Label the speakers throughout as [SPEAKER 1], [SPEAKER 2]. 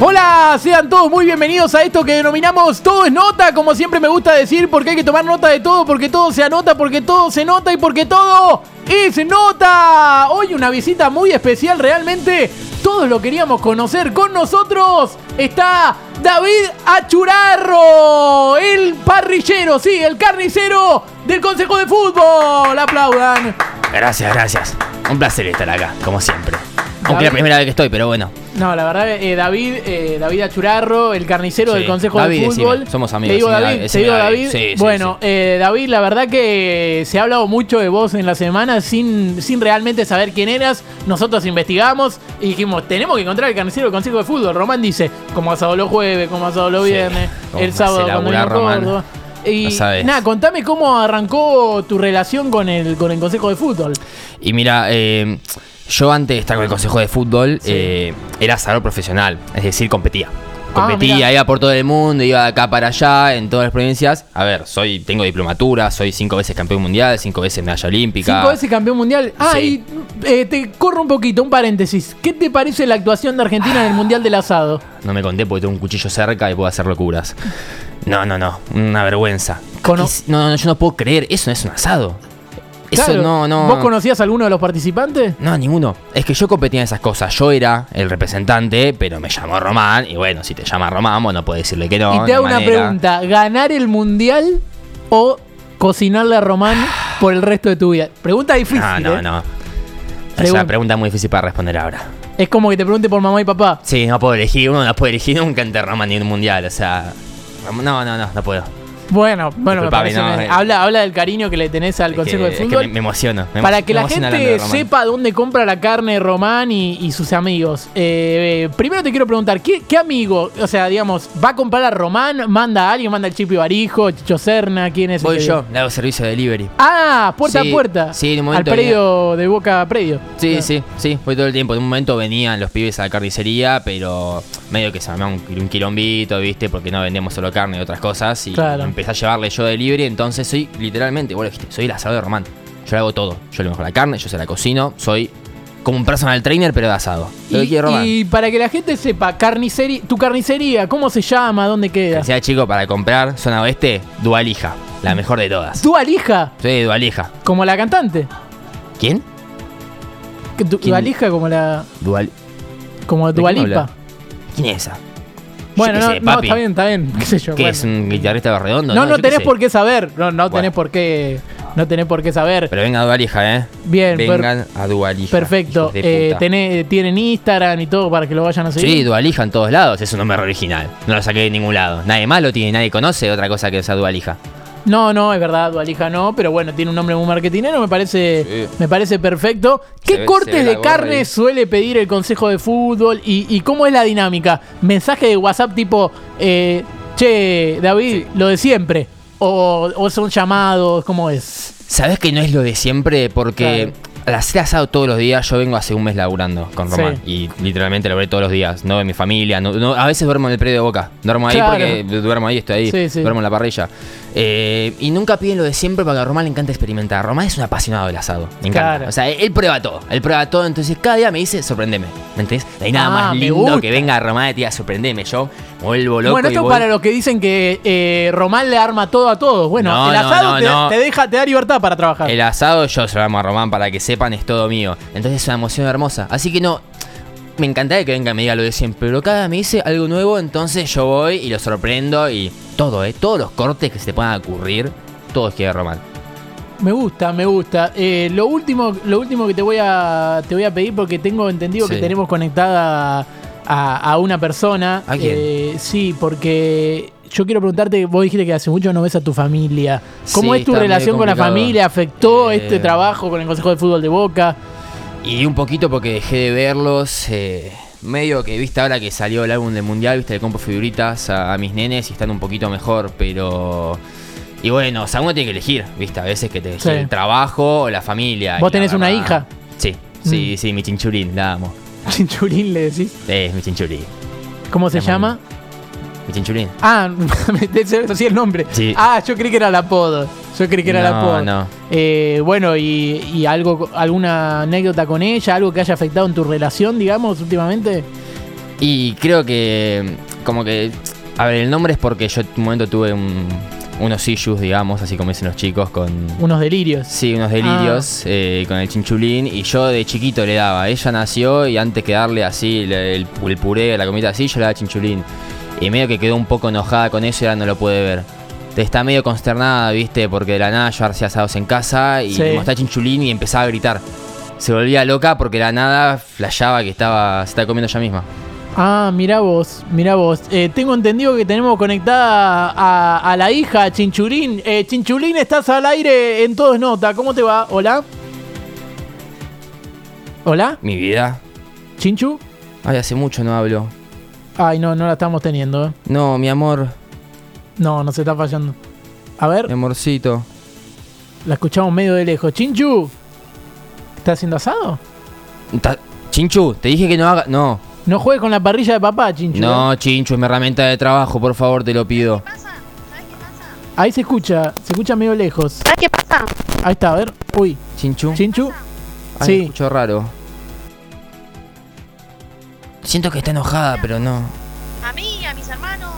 [SPEAKER 1] Hola, sean todos muy bienvenidos a esto que denominamos Todo es Nota, como siempre me gusta decir, porque hay que tomar nota de todo, porque todo se anota, porque todo se nota y porque todo es nota. Hoy una visita muy especial, realmente todos lo queríamos conocer. Con nosotros está David Achurarro, el parrillero, sí, el carnicero del Consejo de Fútbol. Aplaudan.
[SPEAKER 2] Gracias, gracias. Un placer estar acá, como siempre.
[SPEAKER 1] David.
[SPEAKER 2] Aunque es la primera vez que estoy, pero bueno.
[SPEAKER 1] No, la verdad, eh, David, eh, David Achurarro, el carnicero
[SPEAKER 2] Sí,
[SPEAKER 1] del Consejo
[SPEAKER 2] David,
[SPEAKER 1] de
[SPEAKER 2] decime,
[SPEAKER 1] Fútbol.
[SPEAKER 2] somos amigos,
[SPEAKER 1] Te digo
[SPEAKER 2] decime,
[SPEAKER 1] David,
[SPEAKER 2] David,
[SPEAKER 1] te
[SPEAKER 2] decime,
[SPEAKER 1] digo
[SPEAKER 2] David.
[SPEAKER 1] David.
[SPEAKER 2] Sí, sí,
[SPEAKER 1] bueno, eh, David, la verdad que eh, se ha hablado mucho de vos en la semana sin, sin realmente saber quién eras. Nosotros investigamos y dijimos, tenemos que encontrar el carnicero del Consejo de Fútbol. Román dice, como pasado los jueves, como pasado los
[SPEAKER 2] Sí,
[SPEAKER 1] viernes,
[SPEAKER 2] cómo
[SPEAKER 1] el
[SPEAKER 2] me
[SPEAKER 1] sábado
[SPEAKER 2] hace
[SPEAKER 1] cuando
[SPEAKER 2] laburar,
[SPEAKER 1] vino
[SPEAKER 2] Román.
[SPEAKER 1] Córdoba". Y
[SPEAKER 2] No sabes.
[SPEAKER 1] nada, contame cómo arrancó tu relación con el, con el Consejo de Fútbol.
[SPEAKER 2] Y mira, eh, yo antes de estar con el Consejo de Fútbol
[SPEAKER 1] Sí.
[SPEAKER 2] eh, era asador profesional, es decir, competía.
[SPEAKER 1] Ah,
[SPEAKER 2] Competía,
[SPEAKER 1] mirá.
[SPEAKER 2] iba por todo el mundo, iba de acá para allá, en todas las provincias. A ver, soy, tengo diplomatura, soy cinco veces campeón mundial, cinco veces medalla olímpica.
[SPEAKER 1] Cinco veces campeón mundial. Ah,
[SPEAKER 2] Sí.
[SPEAKER 1] y eh, te corro un poquito, un paréntesis. ¿Qué te parece la actuación de Argentina en el Mundial del Asado?
[SPEAKER 2] No me conté porque tengo un cuchillo cerca y puedo hacer locuras. No, no, no. Una vergüenza.
[SPEAKER 1] Cono-
[SPEAKER 2] Es- no, no, yo no puedo creer. Eso no es un asado. Eso
[SPEAKER 1] Claro,
[SPEAKER 2] no, no.
[SPEAKER 1] ¿Vos conocías a alguno de los participantes?
[SPEAKER 2] No, ninguno. Es que yo competía en esas cosas. Yo era el representante, pero me llamó Román. Y bueno, si te llama Román, vos no puedes decirle que no.
[SPEAKER 1] y te
[SPEAKER 2] no
[SPEAKER 1] hago
[SPEAKER 2] hay
[SPEAKER 1] una
[SPEAKER 2] manera.
[SPEAKER 1] pregunta: ¿ganar el Mundial o cocinarle a Román por el resto de tu vida? Pregunta difícil.
[SPEAKER 2] No,
[SPEAKER 1] ¿eh?
[SPEAKER 2] no, no. Es
[SPEAKER 1] Pregun-
[SPEAKER 2] una pregunta muy difícil para responder ahora.
[SPEAKER 1] Es como que te pregunte por mamá y papá.
[SPEAKER 2] Sí, no puedo elegir. Uno no puede elegir nunca entre Román ni un mundial. O sea. No, no, no, no puedo.
[SPEAKER 1] Bueno, bueno, me
[SPEAKER 2] Disculpame,
[SPEAKER 1] parece
[SPEAKER 2] no,
[SPEAKER 1] bien.
[SPEAKER 2] eh.
[SPEAKER 1] habla, habla del cariño que le tenés al
[SPEAKER 2] Es
[SPEAKER 1] Consejo
[SPEAKER 2] que-
[SPEAKER 1] de
[SPEAKER 2] es que
[SPEAKER 1] Fútbol.
[SPEAKER 2] me, me emociono. me emo-
[SPEAKER 1] Para que
[SPEAKER 2] me
[SPEAKER 1] la
[SPEAKER 2] emociona hablando de
[SPEAKER 1] gente
[SPEAKER 2] Román.
[SPEAKER 1] sepa dónde compra la carne Román y, y sus amigos. Eh, eh, primero te quiero preguntar, ¿qué, qué amigo, o sea, digamos, va a comprar a Román? ¿Manda a alguien? ¿Manda el Chipi Barijo? ¿Chicho Serna? ¿Quién es? el
[SPEAKER 2] Voy
[SPEAKER 1] que-
[SPEAKER 2] yo, le hago servicio de delivery.
[SPEAKER 1] Ah, puerta
[SPEAKER 2] Sí,
[SPEAKER 1] a puerta.
[SPEAKER 2] sí, en un momento
[SPEAKER 1] Al predio de Boca Predio.
[SPEAKER 2] Sí,
[SPEAKER 1] Claro.
[SPEAKER 2] sí, sí, voy todo el tiempo. En un momento venían los pibes a la carnicería, pero medio que se armaba un, un quilombito, ¿viste? Porque no vendíamos solo carne y otras cosas. Y
[SPEAKER 1] Claro.
[SPEAKER 2] empecé a llevarle yo de libre. Entonces soy literalmente, bueno, dijiste, soy el asado de Román. Yo le hago todo. Yo le mejor la carne, yo se la cocino. Soy como un personal trainer, pero de asado. Lo que
[SPEAKER 1] Y,
[SPEAKER 2] quiere Román.
[SPEAKER 1] y para que la gente sepa, carnicería, tu carnicería, ¿cómo se llama? ¿Dónde queda?
[SPEAKER 2] Decía, chico, para comprar zona oeste, Dualija. La mejor de todas.
[SPEAKER 1] ¿Tu alija?
[SPEAKER 2] Soy de Dualija.
[SPEAKER 1] Como la cantante.
[SPEAKER 2] ¿Quién?
[SPEAKER 1] Que ¿Tu, tu
[SPEAKER 2] ¿Quién?
[SPEAKER 1] alija como la...
[SPEAKER 2] Dual.
[SPEAKER 1] como
[SPEAKER 2] ¿De
[SPEAKER 1] tu
[SPEAKER 2] quién
[SPEAKER 1] alipa?
[SPEAKER 2] habla? ¿Quién es esa?
[SPEAKER 1] Bueno,
[SPEAKER 2] Yo
[SPEAKER 1] no,
[SPEAKER 2] qué sé,
[SPEAKER 1] no,
[SPEAKER 2] papi.
[SPEAKER 1] está bien, está bien. ¿Qué sé yo?
[SPEAKER 2] ¿Qué
[SPEAKER 1] bueno.
[SPEAKER 2] es un guitarrista de redondo?
[SPEAKER 1] No, no
[SPEAKER 2] Yo qué
[SPEAKER 1] tenés
[SPEAKER 2] sé.
[SPEAKER 1] por qué saber. No, no
[SPEAKER 2] Bueno.
[SPEAKER 1] tenés por qué. No tenés por qué saber.
[SPEAKER 2] Pero venga Dualija, ¿eh?
[SPEAKER 1] Bien, per-
[SPEAKER 2] Vengan a Dualija.
[SPEAKER 1] perfecto.
[SPEAKER 2] hijos
[SPEAKER 1] Eh,
[SPEAKER 2] de puta.
[SPEAKER 1] tenés- tienen Instagram y todo para que lo vayan a seguir.
[SPEAKER 2] Sí, Dualija en todos lados. Es un nombre original. No lo saqué de ningún lado. Nadie más lo tiene, nadie conoce otra cosa que esa Dualija.
[SPEAKER 1] No, no, es verdad, Dualija no, pero bueno, tiene un nombre muy marketinero, me parece,
[SPEAKER 2] Sí.
[SPEAKER 1] me parece perfecto. ¿Qué
[SPEAKER 2] Se ve- se
[SPEAKER 1] cortes
[SPEAKER 2] ve la
[SPEAKER 1] de
[SPEAKER 2] gorra
[SPEAKER 1] carne
[SPEAKER 2] ahí.
[SPEAKER 1] suele pedir el Consejo de Fútbol y, y cómo es la dinámica? Mensaje de WhatsApp tipo, eh, che, David, lo de siempre. O, o son llamados, ¿cómo es?
[SPEAKER 2] Sabes que no es lo de siempre porque al hacer asado todos los días, yo vengo hace un mes laburando con
[SPEAKER 1] Sí.
[SPEAKER 2] Román. Y literalmente laburé todos los días. No de mi familia. no- no- a veces duermo en el predio de boca. Duermo ahí
[SPEAKER 1] Claro.
[SPEAKER 2] porque du- duermo ahí, estoy ahí.
[SPEAKER 1] Sí, sí.
[SPEAKER 2] Duermo en la parrilla. Eh, y nunca piden lo de siempre porque a Román le encanta experimentar. Román es un apasionado del asado. Me encanta.
[SPEAKER 1] Claro.
[SPEAKER 2] O sea, él, él prueba todo. Él prueba todo. Entonces cada día me dice, sorprendeme. ¿Me entendés? No hay nada
[SPEAKER 1] Ah,
[SPEAKER 2] más
[SPEAKER 1] me
[SPEAKER 2] lindo
[SPEAKER 1] gusta.
[SPEAKER 2] que venga Román y te diga, sorprendeme. Yo me vuelvo loco.
[SPEAKER 1] bueno,
[SPEAKER 2] y
[SPEAKER 1] esto es
[SPEAKER 2] voy-
[SPEAKER 1] para los que dicen que eh, Román le arma todo a todos. Bueno,
[SPEAKER 2] No,
[SPEAKER 1] el
[SPEAKER 2] no,
[SPEAKER 1] asado
[SPEAKER 2] no,
[SPEAKER 1] te,
[SPEAKER 2] no.
[SPEAKER 1] te deja, te da libertad para trabajar.
[SPEAKER 2] El asado yo se lo amo a Román para que sepan es todo mío. Entonces es una emoción hermosa. Así que no, me encantaría que venga y me diga lo de siempre. Pero cada vez me dice algo nuevo, entonces yo voy y lo sorprendo y todo, ¿eh? Todos los cortes que se te puedan ocurrir, todos quiere Román.
[SPEAKER 1] Me gusta, me gusta. Eh, lo último, lo último que te voy a te voy a pedir porque tengo entendido que
[SPEAKER 2] Sí.
[SPEAKER 1] tenemos conectada a, a una persona.
[SPEAKER 2] ¿A quién?
[SPEAKER 1] Eh, sí, porque yo quiero preguntarte, vos dijiste que hace mucho no ves a tu familia. ¿Cómo
[SPEAKER 2] Sí,
[SPEAKER 1] es tu
[SPEAKER 2] está medio
[SPEAKER 1] relación con la
[SPEAKER 2] complicado.
[SPEAKER 1] familia? ¿Afectó
[SPEAKER 2] Eh,
[SPEAKER 1] este trabajo con el Consejo de Fútbol de Boca?
[SPEAKER 2] Y un poquito porque dejé de verlos. eh, medio que viste ahora que salió el álbum del mundial, viste, le compro figuritas a, a mis nenes y están un poquito mejor, pero. Y bueno, o sea, uno tiene que elegir, viste, a veces que te elegí
[SPEAKER 1] Sí.
[SPEAKER 2] el trabajo o la familia. y
[SPEAKER 1] ¿Vos
[SPEAKER 2] la
[SPEAKER 1] tenés una
[SPEAKER 2] verdad-
[SPEAKER 1] hija? Mm.
[SPEAKER 2] Sí, sí, sí, mi chinchulín, la amo.
[SPEAKER 1] Chinchurín le decís.
[SPEAKER 2] Eh, mi chinchulín.
[SPEAKER 1] ¿Cómo se
[SPEAKER 2] Está muy
[SPEAKER 1] llama?
[SPEAKER 2] Mi chinchulín.
[SPEAKER 1] Ah, ese sí el nombre.
[SPEAKER 2] Sí.
[SPEAKER 1] Ah, yo creí que era el apodo. Yo creí que era el
[SPEAKER 2] No,
[SPEAKER 1] apodo.
[SPEAKER 2] no.
[SPEAKER 1] Eh, bueno, y, y algo, alguna anécdota con ella, algo que haya afectado en tu relación, digamos, últimamente.
[SPEAKER 2] Y creo que, como que, a ver, el nombre es porque yo en un momento tuve un- unos issues, digamos, así como dicen los chicos, con...
[SPEAKER 1] Unos delirios.
[SPEAKER 2] Sí, unos delirios eh, con el chinchulín y yo de chiquito le daba. Ella nació y antes que darle así le- el, el puré, la comida así, yo le daba chinchulín. Y medio que quedó un poco enojada con eso y ahora no lo puede ver. Está medio consternada, viste, porque de la nada yo hacía asados en casa y
[SPEAKER 1] Sí.
[SPEAKER 2] me mostraba chinchulín y empezaba a gritar. Se volvía loca porque de la nada flashaba que estaba, se estaba comiendo ella misma.
[SPEAKER 1] Ah, mirá vos, mirá vos. Eh, tengo entendido que tenemos conectada a, a la hija, Chinchulín. Eh, Chinchulín, estás al aire en Todos Nota. ¿Cómo te va? Hola. Hola,
[SPEAKER 2] Mi vida.
[SPEAKER 1] Chinchu.
[SPEAKER 2] Ay, hace mucho no hablo.
[SPEAKER 1] Ay, no, no la estamos teniendo. eh.
[SPEAKER 2] No, mi amor,
[SPEAKER 1] No, nos está fallando. A ver,
[SPEAKER 2] mi amorcito.
[SPEAKER 1] la escuchamos medio de lejos. Chinchu, ¿estás haciendo asado?
[SPEAKER 2] Ta- Chinchu, te dije que no haga. No,
[SPEAKER 1] No juegues con la parrilla de papá, Chinchu. eh.
[SPEAKER 2] No, Chinchu, es mi herramienta de trabajo, por favor, te lo pido.
[SPEAKER 1] Ahí se escucha, se escucha medio lejos.
[SPEAKER 3] ¿Sabes qué pasa?
[SPEAKER 1] Ahí está, a ver. Uy,
[SPEAKER 2] ¿Chinchu?
[SPEAKER 1] Chinchu.
[SPEAKER 2] Ay,
[SPEAKER 1] sí.
[SPEAKER 2] escucho raro. Siento que está enojada, pero no.
[SPEAKER 3] A mí, a mis hermanos.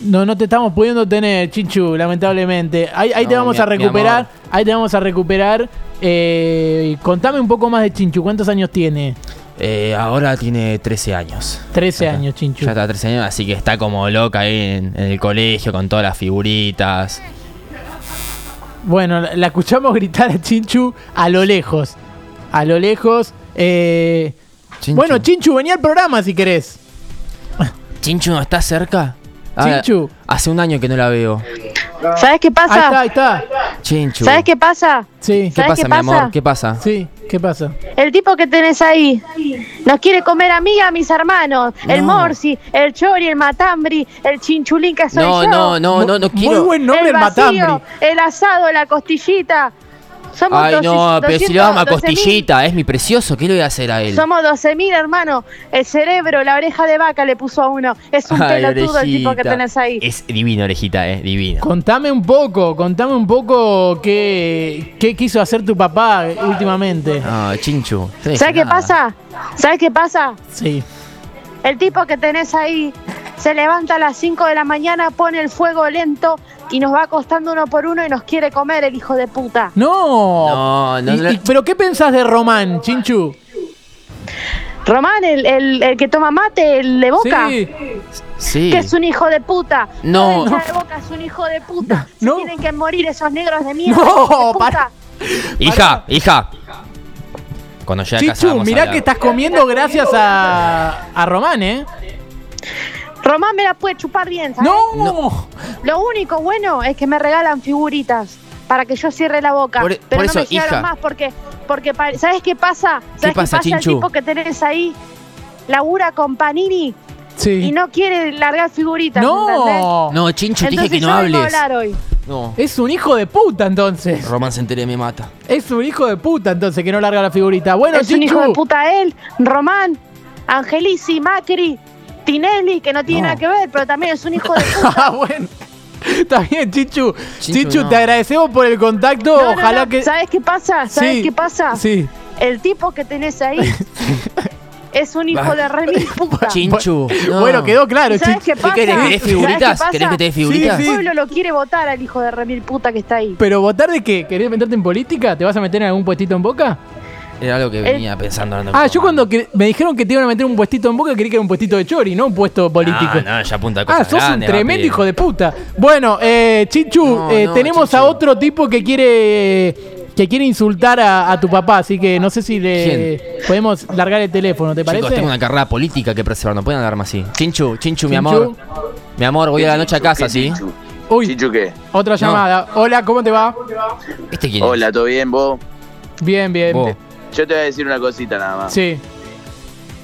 [SPEAKER 1] No, no te estamos pudiendo tener, Chinchu, lamentablemente. Ahí, ahí te
[SPEAKER 2] No,
[SPEAKER 1] vamos
[SPEAKER 2] mi-
[SPEAKER 1] a
[SPEAKER 2] mi
[SPEAKER 1] recuperar.
[SPEAKER 2] amor.
[SPEAKER 1] Ahí te vamos a recuperar. Eh, contame un poco más de Chinchu. ¿Cuántos años tiene?
[SPEAKER 2] Eh, ahora tiene 13 años.
[SPEAKER 1] 13
[SPEAKER 2] Ya está.
[SPEAKER 1] años, Chinchu.
[SPEAKER 2] Ya está 13 años, así que está como loca ahí en, en el colegio con todas las figuritas.
[SPEAKER 1] Bueno, la, la escuchamos gritar a Chinchu a lo lejos. A lo lejos. eh,
[SPEAKER 2] Chinchu.
[SPEAKER 1] Bueno, Chinchu, vení al programa si querés.
[SPEAKER 2] ¿Chinchu no está cerca? Ah,
[SPEAKER 1] Chinchu.
[SPEAKER 2] Hace un año que no la veo.
[SPEAKER 3] ¿Sabes qué
[SPEAKER 1] Ahí está,
[SPEAKER 3] pasa?
[SPEAKER 1] ahí está.
[SPEAKER 2] Chinchu.
[SPEAKER 3] ¿Sabes qué pasa?
[SPEAKER 1] Sí,
[SPEAKER 2] ¿Qué
[SPEAKER 3] ¿Sabes
[SPEAKER 2] pasa,
[SPEAKER 3] qué
[SPEAKER 2] mi amor?
[SPEAKER 3] pasa?
[SPEAKER 2] ¿Qué pasa?
[SPEAKER 1] sí, ¿qué pasa?
[SPEAKER 3] El tipo que tenés ahí nos quiere comer a mí y a mis hermanos. El
[SPEAKER 2] No.
[SPEAKER 3] Morsi, el Chori, el Matambri, el Chinchulín que soy
[SPEAKER 2] No,
[SPEAKER 3] yo.
[SPEAKER 2] no, no, no, no
[SPEAKER 1] Muy-
[SPEAKER 2] quiero.
[SPEAKER 1] Muy buen nombre,
[SPEAKER 3] el
[SPEAKER 1] el
[SPEAKER 3] vacío,
[SPEAKER 1] Matambri.
[SPEAKER 3] el asado, la costillita. Somos
[SPEAKER 2] Ay, no, pero si le vamos a
[SPEAKER 3] 212.000.
[SPEAKER 2] costillita, es mi precioso, ¿qué le voy a hacer a él?
[SPEAKER 3] Somos 12.000, hermano. El cerebro, la oreja de vaca le puso a uno. Es un
[SPEAKER 2] Ay, Este
[SPEAKER 3] pelotudo el tipo que
[SPEAKER 2] orejita.
[SPEAKER 3] tenés ahí.
[SPEAKER 2] Es divino, orejita, eh, divino.
[SPEAKER 1] Contame un poco, contame un poco qué, qué quiso hacer tu papá últimamente.
[SPEAKER 2] Ah, chinchu. no dije
[SPEAKER 3] ¿Sabes qué
[SPEAKER 2] nada.
[SPEAKER 3] pasa? ¿Sabes qué pasa?
[SPEAKER 1] Sí.
[SPEAKER 3] El tipo que tenés ahí se levanta a las 5 de la mañana, pone el fuego lento y nos va acostando uno por uno y nos quiere comer el hijo de puta.
[SPEAKER 1] No.
[SPEAKER 2] No, no,
[SPEAKER 1] Y-
[SPEAKER 2] no.
[SPEAKER 1] y- ¿Pero qué pensás de Román, Chinchu?
[SPEAKER 3] Román, el, el- el que toma mate, el de boca.
[SPEAKER 1] Sí.
[SPEAKER 2] Sí.
[SPEAKER 3] Que es un hijo de puta.
[SPEAKER 2] No.
[SPEAKER 3] Todo el hincha de boca es un hijo de puta. Se
[SPEAKER 1] No.
[SPEAKER 3] tienen que morir esos negros de mierda.
[SPEAKER 1] No,
[SPEAKER 3] hijos de puta.
[SPEAKER 1] para.
[SPEAKER 2] Hija, hija. Cuando llegue a casa
[SPEAKER 1] Chinchu,
[SPEAKER 2] vamos a
[SPEAKER 1] mirá
[SPEAKER 2] hablar.
[SPEAKER 1] que estás comiendo gracias a, a Román, ¿eh?
[SPEAKER 3] Román me la puede chupar bien, ¿sabes?
[SPEAKER 1] No.
[SPEAKER 3] Lo único bueno es que me regalan figuritas para que yo cierre la boca.
[SPEAKER 2] Por- e-
[SPEAKER 3] pero
[SPEAKER 2] por eso,
[SPEAKER 3] no me llegaron
[SPEAKER 2] hija.
[SPEAKER 3] más porque, porque pa- ¿sabes qué pasa? ¿Sabes
[SPEAKER 2] pasa,
[SPEAKER 3] El
[SPEAKER 2] Chinchu?
[SPEAKER 3] tipo que tenés ahí labura con Panini y
[SPEAKER 1] Sí.
[SPEAKER 3] no quiere largar figuritas. ¿entendés?
[SPEAKER 1] No.
[SPEAKER 2] No, Chinchu, te dije
[SPEAKER 3] Entonces
[SPEAKER 2] que no
[SPEAKER 3] yo vengo a
[SPEAKER 2] hables.
[SPEAKER 3] hablar hoy.
[SPEAKER 2] No.
[SPEAKER 1] Es un hijo de puta entonces.
[SPEAKER 2] Román se entere me mata.
[SPEAKER 1] Es un hijo de puta entonces que no larga la figurita. Bueno,
[SPEAKER 3] es un
[SPEAKER 1] Chinchu.
[SPEAKER 3] hijo de puta él, Román, Angelici, Macri, Tinelli, que no tiene
[SPEAKER 2] No.
[SPEAKER 3] nada que ver, pero también es un hijo de puta.
[SPEAKER 1] Ah, bueno. Está bien, Chinchu. Chinchu,
[SPEAKER 2] Chinchu, no.
[SPEAKER 1] te agradecemos por el contacto.
[SPEAKER 3] No, no,
[SPEAKER 1] Ojalá
[SPEAKER 3] no.
[SPEAKER 1] que.
[SPEAKER 3] ¿Sabes qué pasa? ¿Sabes
[SPEAKER 1] Sí,
[SPEAKER 3] qué pasa?
[SPEAKER 1] Sí.
[SPEAKER 3] El tipo que tenés ahí es un hijo de re mil puta.
[SPEAKER 2] Chinchu. no.
[SPEAKER 1] Bueno, quedó claro,
[SPEAKER 3] ¿Y ¿Sabes
[SPEAKER 1] Chinchu.
[SPEAKER 3] qué pasa?
[SPEAKER 2] ¿Qué querés?
[SPEAKER 3] ¿Sabes
[SPEAKER 2] ¿Querés
[SPEAKER 3] qué
[SPEAKER 2] figuritas?
[SPEAKER 3] pasa?
[SPEAKER 2] ¿Querés que te dé figuritas?
[SPEAKER 1] Sí,
[SPEAKER 3] El
[SPEAKER 1] sí.
[SPEAKER 3] pueblo lo quiere votar al hijo de remil puta que está ahí.
[SPEAKER 1] Pero votar de qué? ¿Querés meterte en política? ¿Te vas a meter en algún puestito en boca?
[SPEAKER 2] Era algo
[SPEAKER 3] Eh,
[SPEAKER 2] que venía pensando. hablando
[SPEAKER 1] Ah,
[SPEAKER 2] con
[SPEAKER 1] yo
[SPEAKER 2] Román.
[SPEAKER 1] cuando cre- me dijeron que te iban a meter un puestito en boca, creí que era un puestito de chori, no un puesto político.
[SPEAKER 2] No, no, ya apunta a
[SPEAKER 1] Ah,
[SPEAKER 2] cosas
[SPEAKER 1] sos un
[SPEAKER 2] grandes,
[SPEAKER 1] tremendo
[SPEAKER 2] papi.
[SPEAKER 1] hijo de puta. Bueno, eh, Chichu,
[SPEAKER 2] No,
[SPEAKER 1] eh,
[SPEAKER 2] no,
[SPEAKER 1] tenemos a
[SPEAKER 2] Chichu.
[SPEAKER 1] otro tipo que quiere que quiere insultar a, a tu papá, así que no sé si le podemos largar el teléfono, ¿te parece?
[SPEAKER 2] Chicos, tengo una carrera política que preservar, no pueden hablarme así. Chinchu, Chinchu,
[SPEAKER 1] Chinchu.
[SPEAKER 2] mi amor. Mi amor, voy a la noche a casa, ¿sí?
[SPEAKER 1] Uy.
[SPEAKER 4] Uy. Chichu, ¿qué?
[SPEAKER 1] Otra
[SPEAKER 2] No.
[SPEAKER 1] llamada. Hola, ¿cómo te va?
[SPEAKER 2] ¿Este quién es?
[SPEAKER 4] Hola, ¿todo bien vos?
[SPEAKER 1] Bien, bien.
[SPEAKER 2] Vos.
[SPEAKER 4] Yo te voy a decir una cosita nada más.
[SPEAKER 1] Sí.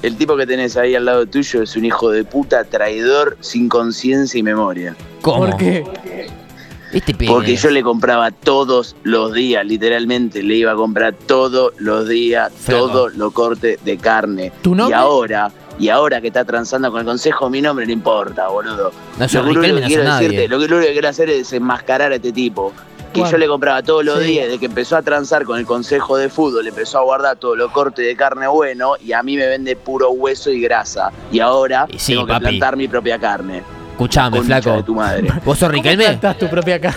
[SPEAKER 4] El tipo que tenés ahí al lado tuyo es un hijo de puta, traidor, sin conciencia y memoria.
[SPEAKER 2] ¿Cómo?
[SPEAKER 1] ¿Por qué?
[SPEAKER 2] Este pibe.
[SPEAKER 4] Porque yo le compraba todos los días, literalmente, le iba a comprar todos los días,
[SPEAKER 2] Flaco.
[SPEAKER 4] todo lo corte de carne.
[SPEAKER 1] ¿Tu
[SPEAKER 4] Y
[SPEAKER 1] nombre?
[SPEAKER 4] ahora, y ahora que está transando con el consejo, mi nombre no importa, boludo.
[SPEAKER 2] No, yo
[SPEAKER 4] lo, único
[SPEAKER 2] Riquelme
[SPEAKER 4] que
[SPEAKER 2] no
[SPEAKER 4] quiero
[SPEAKER 2] soy nadie.
[SPEAKER 4] decirte, lo que lo único que quiero hacer es desenmascarar a este tipo. que
[SPEAKER 1] cual.
[SPEAKER 4] yo le compraba todos los
[SPEAKER 1] Sí.
[SPEAKER 4] días, de que empezó a transar con el consejo de fútbol, empezó a guardar todo lo corte de carne bueno y a mí me vende puro hueso y grasa. Y ahora
[SPEAKER 2] Y sí,
[SPEAKER 4] tengo que
[SPEAKER 2] papi.
[SPEAKER 4] plantar mi propia carne.
[SPEAKER 2] Escuchame,
[SPEAKER 4] Concha
[SPEAKER 2] flaco.
[SPEAKER 4] de tu madre.
[SPEAKER 2] ¿Vos sos Riquelme?
[SPEAKER 1] Estás tu propia cara.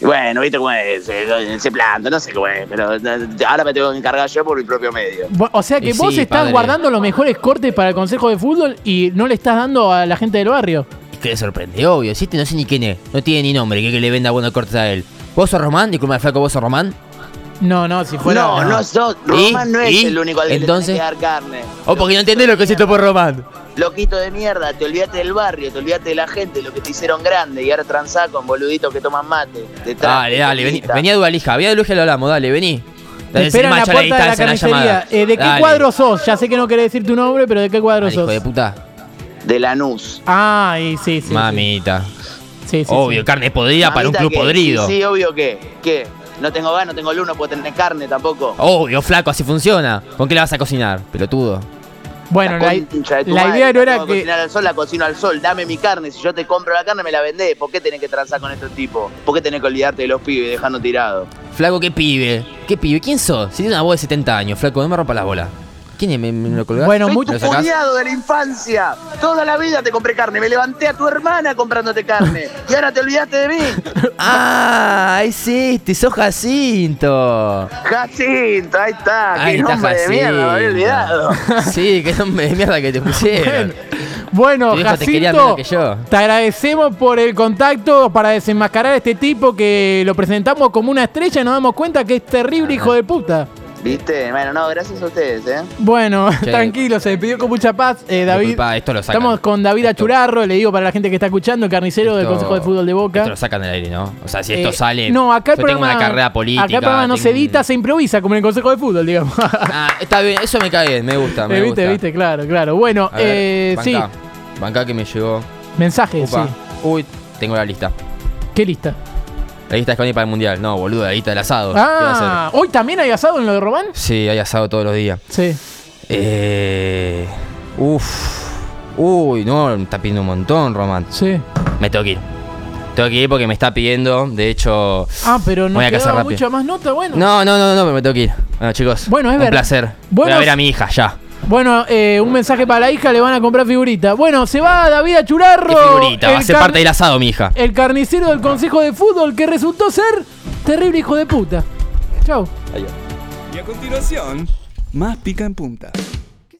[SPEAKER 4] Y bueno, viste cómo es, eh, se, se planta, no sé cómo es, pero eh, ahora me tengo que encargar yo por mi propio medio.
[SPEAKER 1] Bu- O sea que
[SPEAKER 2] Y
[SPEAKER 1] vos
[SPEAKER 2] sí,
[SPEAKER 1] estás
[SPEAKER 2] padre.
[SPEAKER 1] guardando los mejores cortes para el Consejo de Fútbol y no le estás dando a la gente del barrio.
[SPEAKER 2] Es que le sorprende, obvio. Sí, no sé ni quién es. No tiene ni nombre. Que, que le venda buena corte a él. ¿Vos sos Román? Disculpa, flaco, ¿vos sos Román?
[SPEAKER 1] No, no, si fuera.
[SPEAKER 4] no, no sos, Román no es
[SPEAKER 2] ¿Y?
[SPEAKER 4] el único al que
[SPEAKER 2] Entonces-
[SPEAKER 4] le tenés que dar carne.
[SPEAKER 2] Oh, porque no entendés lo que es esto por Román.
[SPEAKER 4] Loquito de mierda, te olvidaste del barrio, te olvidaste de la gente, lo que te hicieron grande y ahora transá con boluditos que toman mate. de trago,
[SPEAKER 2] Dale,
[SPEAKER 4] de
[SPEAKER 2] dale, vení.
[SPEAKER 4] comidita.
[SPEAKER 2] Vení a Dualija. Vení a Dualija y lo hablamos. Dale, vení.
[SPEAKER 1] Te
[SPEAKER 2] Dale,
[SPEAKER 1] esperan en la
[SPEAKER 2] macho,
[SPEAKER 1] puerta de la
[SPEAKER 2] distancia, en
[SPEAKER 1] carnicería.
[SPEAKER 2] llamada.
[SPEAKER 1] Eh, ¿De qué
[SPEAKER 2] Dale.
[SPEAKER 1] cuadro sos? Ya sé que no querés decir tu nombre, pero ¿de qué cuadro
[SPEAKER 2] Dale, hijo
[SPEAKER 1] sos?
[SPEAKER 2] de puta.
[SPEAKER 4] De Lanús.
[SPEAKER 1] Ah, y sí, sí. sí.
[SPEAKER 2] Mamita.
[SPEAKER 1] Sí, sí, sí.
[SPEAKER 2] obvio, carne podrida para un
[SPEAKER 4] Mamita,
[SPEAKER 2] club
[SPEAKER 4] ¿qué?
[SPEAKER 2] podrido.
[SPEAKER 4] Sí, sí, obvio que. ¿Qué? No tengo gas, no tengo luz, no puedo tener carne tampoco.
[SPEAKER 2] Obvio, flaco, así funciona. ¿Con qué la vas a cocinar, pelotudo?
[SPEAKER 1] Bueno, la,
[SPEAKER 4] concha de tu
[SPEAKER 1] la
[SPEAKER 4] madre,
[SPEAKER 1] idea no era
[SPEAKER 4] tengo
[SPEAKER 1] que.
[SPEAKER 4] cocinar al sol, la cocino al sol. Dame mi carne. Si yo te compro la carne, me la vendés. ¿Por qué tenés que transar con estos tipos? ¿Por qué tenés que olvidarte de los pibes dejando tirado?
[SPEAKER 2] Flaco, qué pibe. ¿Qué pibe? ¿Quién sos? Si tienes una voz de 70 años, flaco, no me rompa la bola. ¿Quién es? ¿Me, me lo colgás?
[SPEAKER 1] Bueno,
[SPEAKER 4] Soy
[SPEAKER 1] mucho-
[SPEAKER 2] ¿Lo
[SPEAKER 4] tu
[SPEAKER 2] sacás?
[SPEAKER 4] cuñado de la infancia. Toda la vida te compré carne. Me levanté a tu hermana comprándote carne. y ahora te olvidaste de mí.
[SPEAKER 2] ¡Ah! Es este, sos Jacinto.
[SPEAKER 4] Jacinto, ahí está.
[SPEAKER 2] Ahí
[SPEAKER 4] Ah, Qué
[SPEAKER 2] está
[SPEAKER 4] nombre de mierda, me había olvidado.
[SPEAKER 2] Sí, qué nombre de mierda que te pusieron.
[SPEAKER 1] Bueno,
[SPEAKER 2] Tu viejo te quería
[SPEAKER 1] Jacinto,
[SPEAKER 2] menos que yo.
[SPEAKER 1] te agradecemos por el contacto para desenmascarar a este tipo que lo presentamos como una estrella y nos damos cuenta que es terrible hijo de puta.
[SPEAKER 4] Viste, bueno, no, gracias a ustedes, ¿eh?
[SPEAKER 1] Bueno,
[SPEAKER 2] Che.
[SPEAKER 1] tranquilo, se despidió con mucha paz. Eh, David,
[SPEAKER 2] Disculpa, esto lo sacan.
[SPEAKER 1] estamos con David
[SPEAKER 2] Esto-
[SPEAKER 1] Achurarro, le digo para la gente que está escuchando, el carnicero del
[SPEAKER 2] esto-
[SPEAKER 1] Consejo de Fútbol de
[SPEAKER 2] Esto
[SPEAKER 1] Boca.
[SPEAKER 2] lo sacan del aire, ¿no? O sea, si esto
[SPEAKER 1] Eh,
[SPEAKER 2] sale.
[SPEAKER 1] No, acá el
[SPEAKER 2] yo
[SPEAKER 1] programa.
[SPEAKER 2] tengo una carrera política.
[SPEAKER 1] Acá el programa no
[SPEAKER 2] tengo
[SPEAKER 1] se
[SPEAKER 2] un-
[SPEAKER 1] edita, se improvisa, como en el Consejo de Fútbol, digamos.
[SPEAKER 2] Ah, está bien, eso me cae bien, me gusta, me
[SPEAKER 1] Eh,
[SPEAKER 2] gusta.
[SPEAKER 1] viste, viste, claro, claro. Bueno,
[SPEAKER 2] A ver,
[SPEAKER 1] eh, sí,
[SPEAKER 2] bancá, bancá que me llegó.
[SPEAKER 1] mensajes,
[SPEAKER 2] Upa.
[SPEAKER 1] sí.
[SPEAKER 2] Uy, tengo la lista.
[SPEAKER 1] Qué lista.
[SPEAKER 2] La lista es para el mundial. No, boludo, la lista del asado. ¿Qué va a hacer?
[SPEAKER 1] Ah, hoy también hay asado en lo de Robán.
[SPEAKER 2] Sí, hay asado todos los días.
[SPEAKER 1] Sí.
[SPEAKER 2] Eh. Uf. Uy, no, me está pidiendo un montón, Román.
[SPEAKER 1] Sí.
[SPEAKER 2] Me tengo que ir. Tengo que ir porque me está pidiendo. De hecho.
[SPEAKER 1] Ah, pero no
[SPEAKER 2] Voy a cazar
[SPEAKER 1] quedaba
[SPEAKER 2] rápido.
[SPEAKER 1] mucha más nota, bueno.
[SPEAKER 2] No, no, no, no, me tengo que ir. Bueno, chicos.
[SPEAKER 1] Bueno, es
[SPEAKER 2] un
[SPEAKER 1] verdad.
[SPEAKER 2] placer. Voy
[SPEAKER 1] Buenos-
[SPEAKER 2] a ver a mi hija ya.
[SPEAKER 1] Bueno, eh, un mensaje para la hija, le van a comprar figurita. Bueno, se va David Achurarro.
[SPEAKER 2] Qué figurita, va a
[SPEAKER 1] el
[SPEAKER 2] ser
[SPEAKER 1] car-
[SPEAKER 2] parte del asado, mi hija.
[SPEAKER 1] El carnicero del Consejo de Fútbol que resultó ser terrible hijo de puta. Chau.
[SPEAKER 5] Y a continuación, más pica en punta.